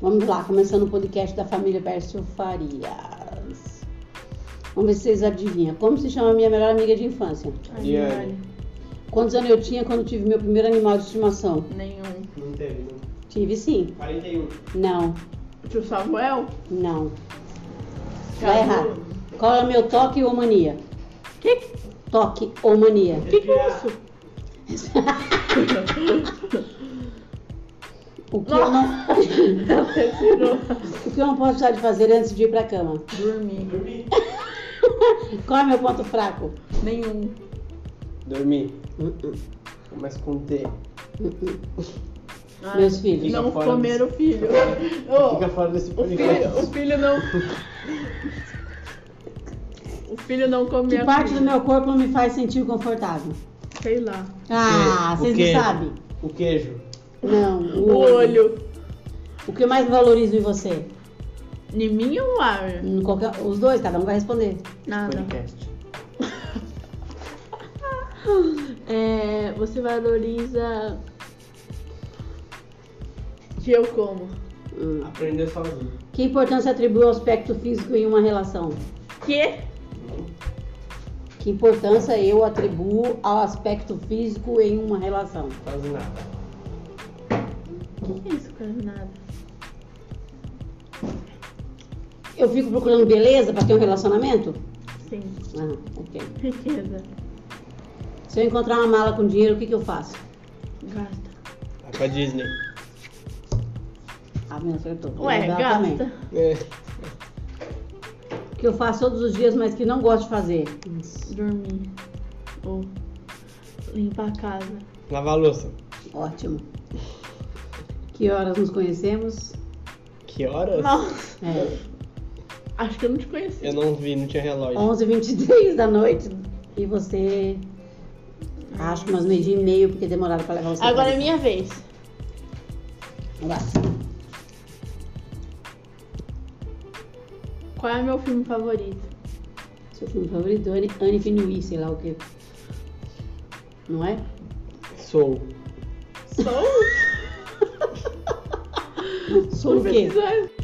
Vamos lá, começando o podcast da família Pércio Farias. Vamos ver se vocês adivinham. Como se chama a minha melhor amiga de infância? Ariane. Quantos anos eu tinha quando tive meu primeiro animal de estimação? Nenhum. Não teve, não. Tive sim. 41. Não, Tio Samuel? não. Vai errar. Qual é o meu toque ou mania? Que que Toque ou mania? que que é isso? O que, eu não, é- o que eu não posso deixar de fazer antes de ir pra cama? Dormir. Dormir. Qual é o meu ponto fraco? Nenhum. Dormir. Hum, hum, Começa com T. hum, hum. Ai, Meus filhos. Não Fica fora comer o filho. Ô, Fica fora desse o, filho o podcast. filho não. O filho não come Que a parte filha. do meu corpo me faz sentir confortável? Sei lá. Ah, O vocês quê? não sabem? O queijo. Não, O olho. O que eu mais valorizo em você? Em mim ou ar? Em qualquer- Os dois, cada um vai responder. Ah, Nada. Podcast. É, você valoriza. Que eu como. Hum. Aprender sozinho. Que importância atribui ao aspecto físico em uma relação? Que? Que importância eu atribuo ao aspecto físico em uma relação? Quase nada. Que isso, cara? Nada. Eu fico procurando beleza pra ter um relacionamento? Sim. Ah, ok. Riqueza. Se eu encontrar uma mala com dinheiro, o que, que eu faço? Gasta. Vai pra Disney. Ah, me acertou. Ué, Ela gasta. também. Que eu faço todos os dias, mas que não gosto de fazer. Hum, Dormir. Ou limpar a casa. Lavar a louça. Ótimo. Que horas nos conhecemos? Que horas? Nossa, É, acho que eu não te conheci. Eu não vi, não tinha relógio. 11h23 da noite. E você. Acho que umas meio dia e meio, porque demoraram pra levar você. Agora pra é minha vez. Vai. Qual é meu filme favorito? Seu filme favorito, Anne, Anne Finui, sei lá o que. Não é? Sou. Sou? Sou o quê? Professor.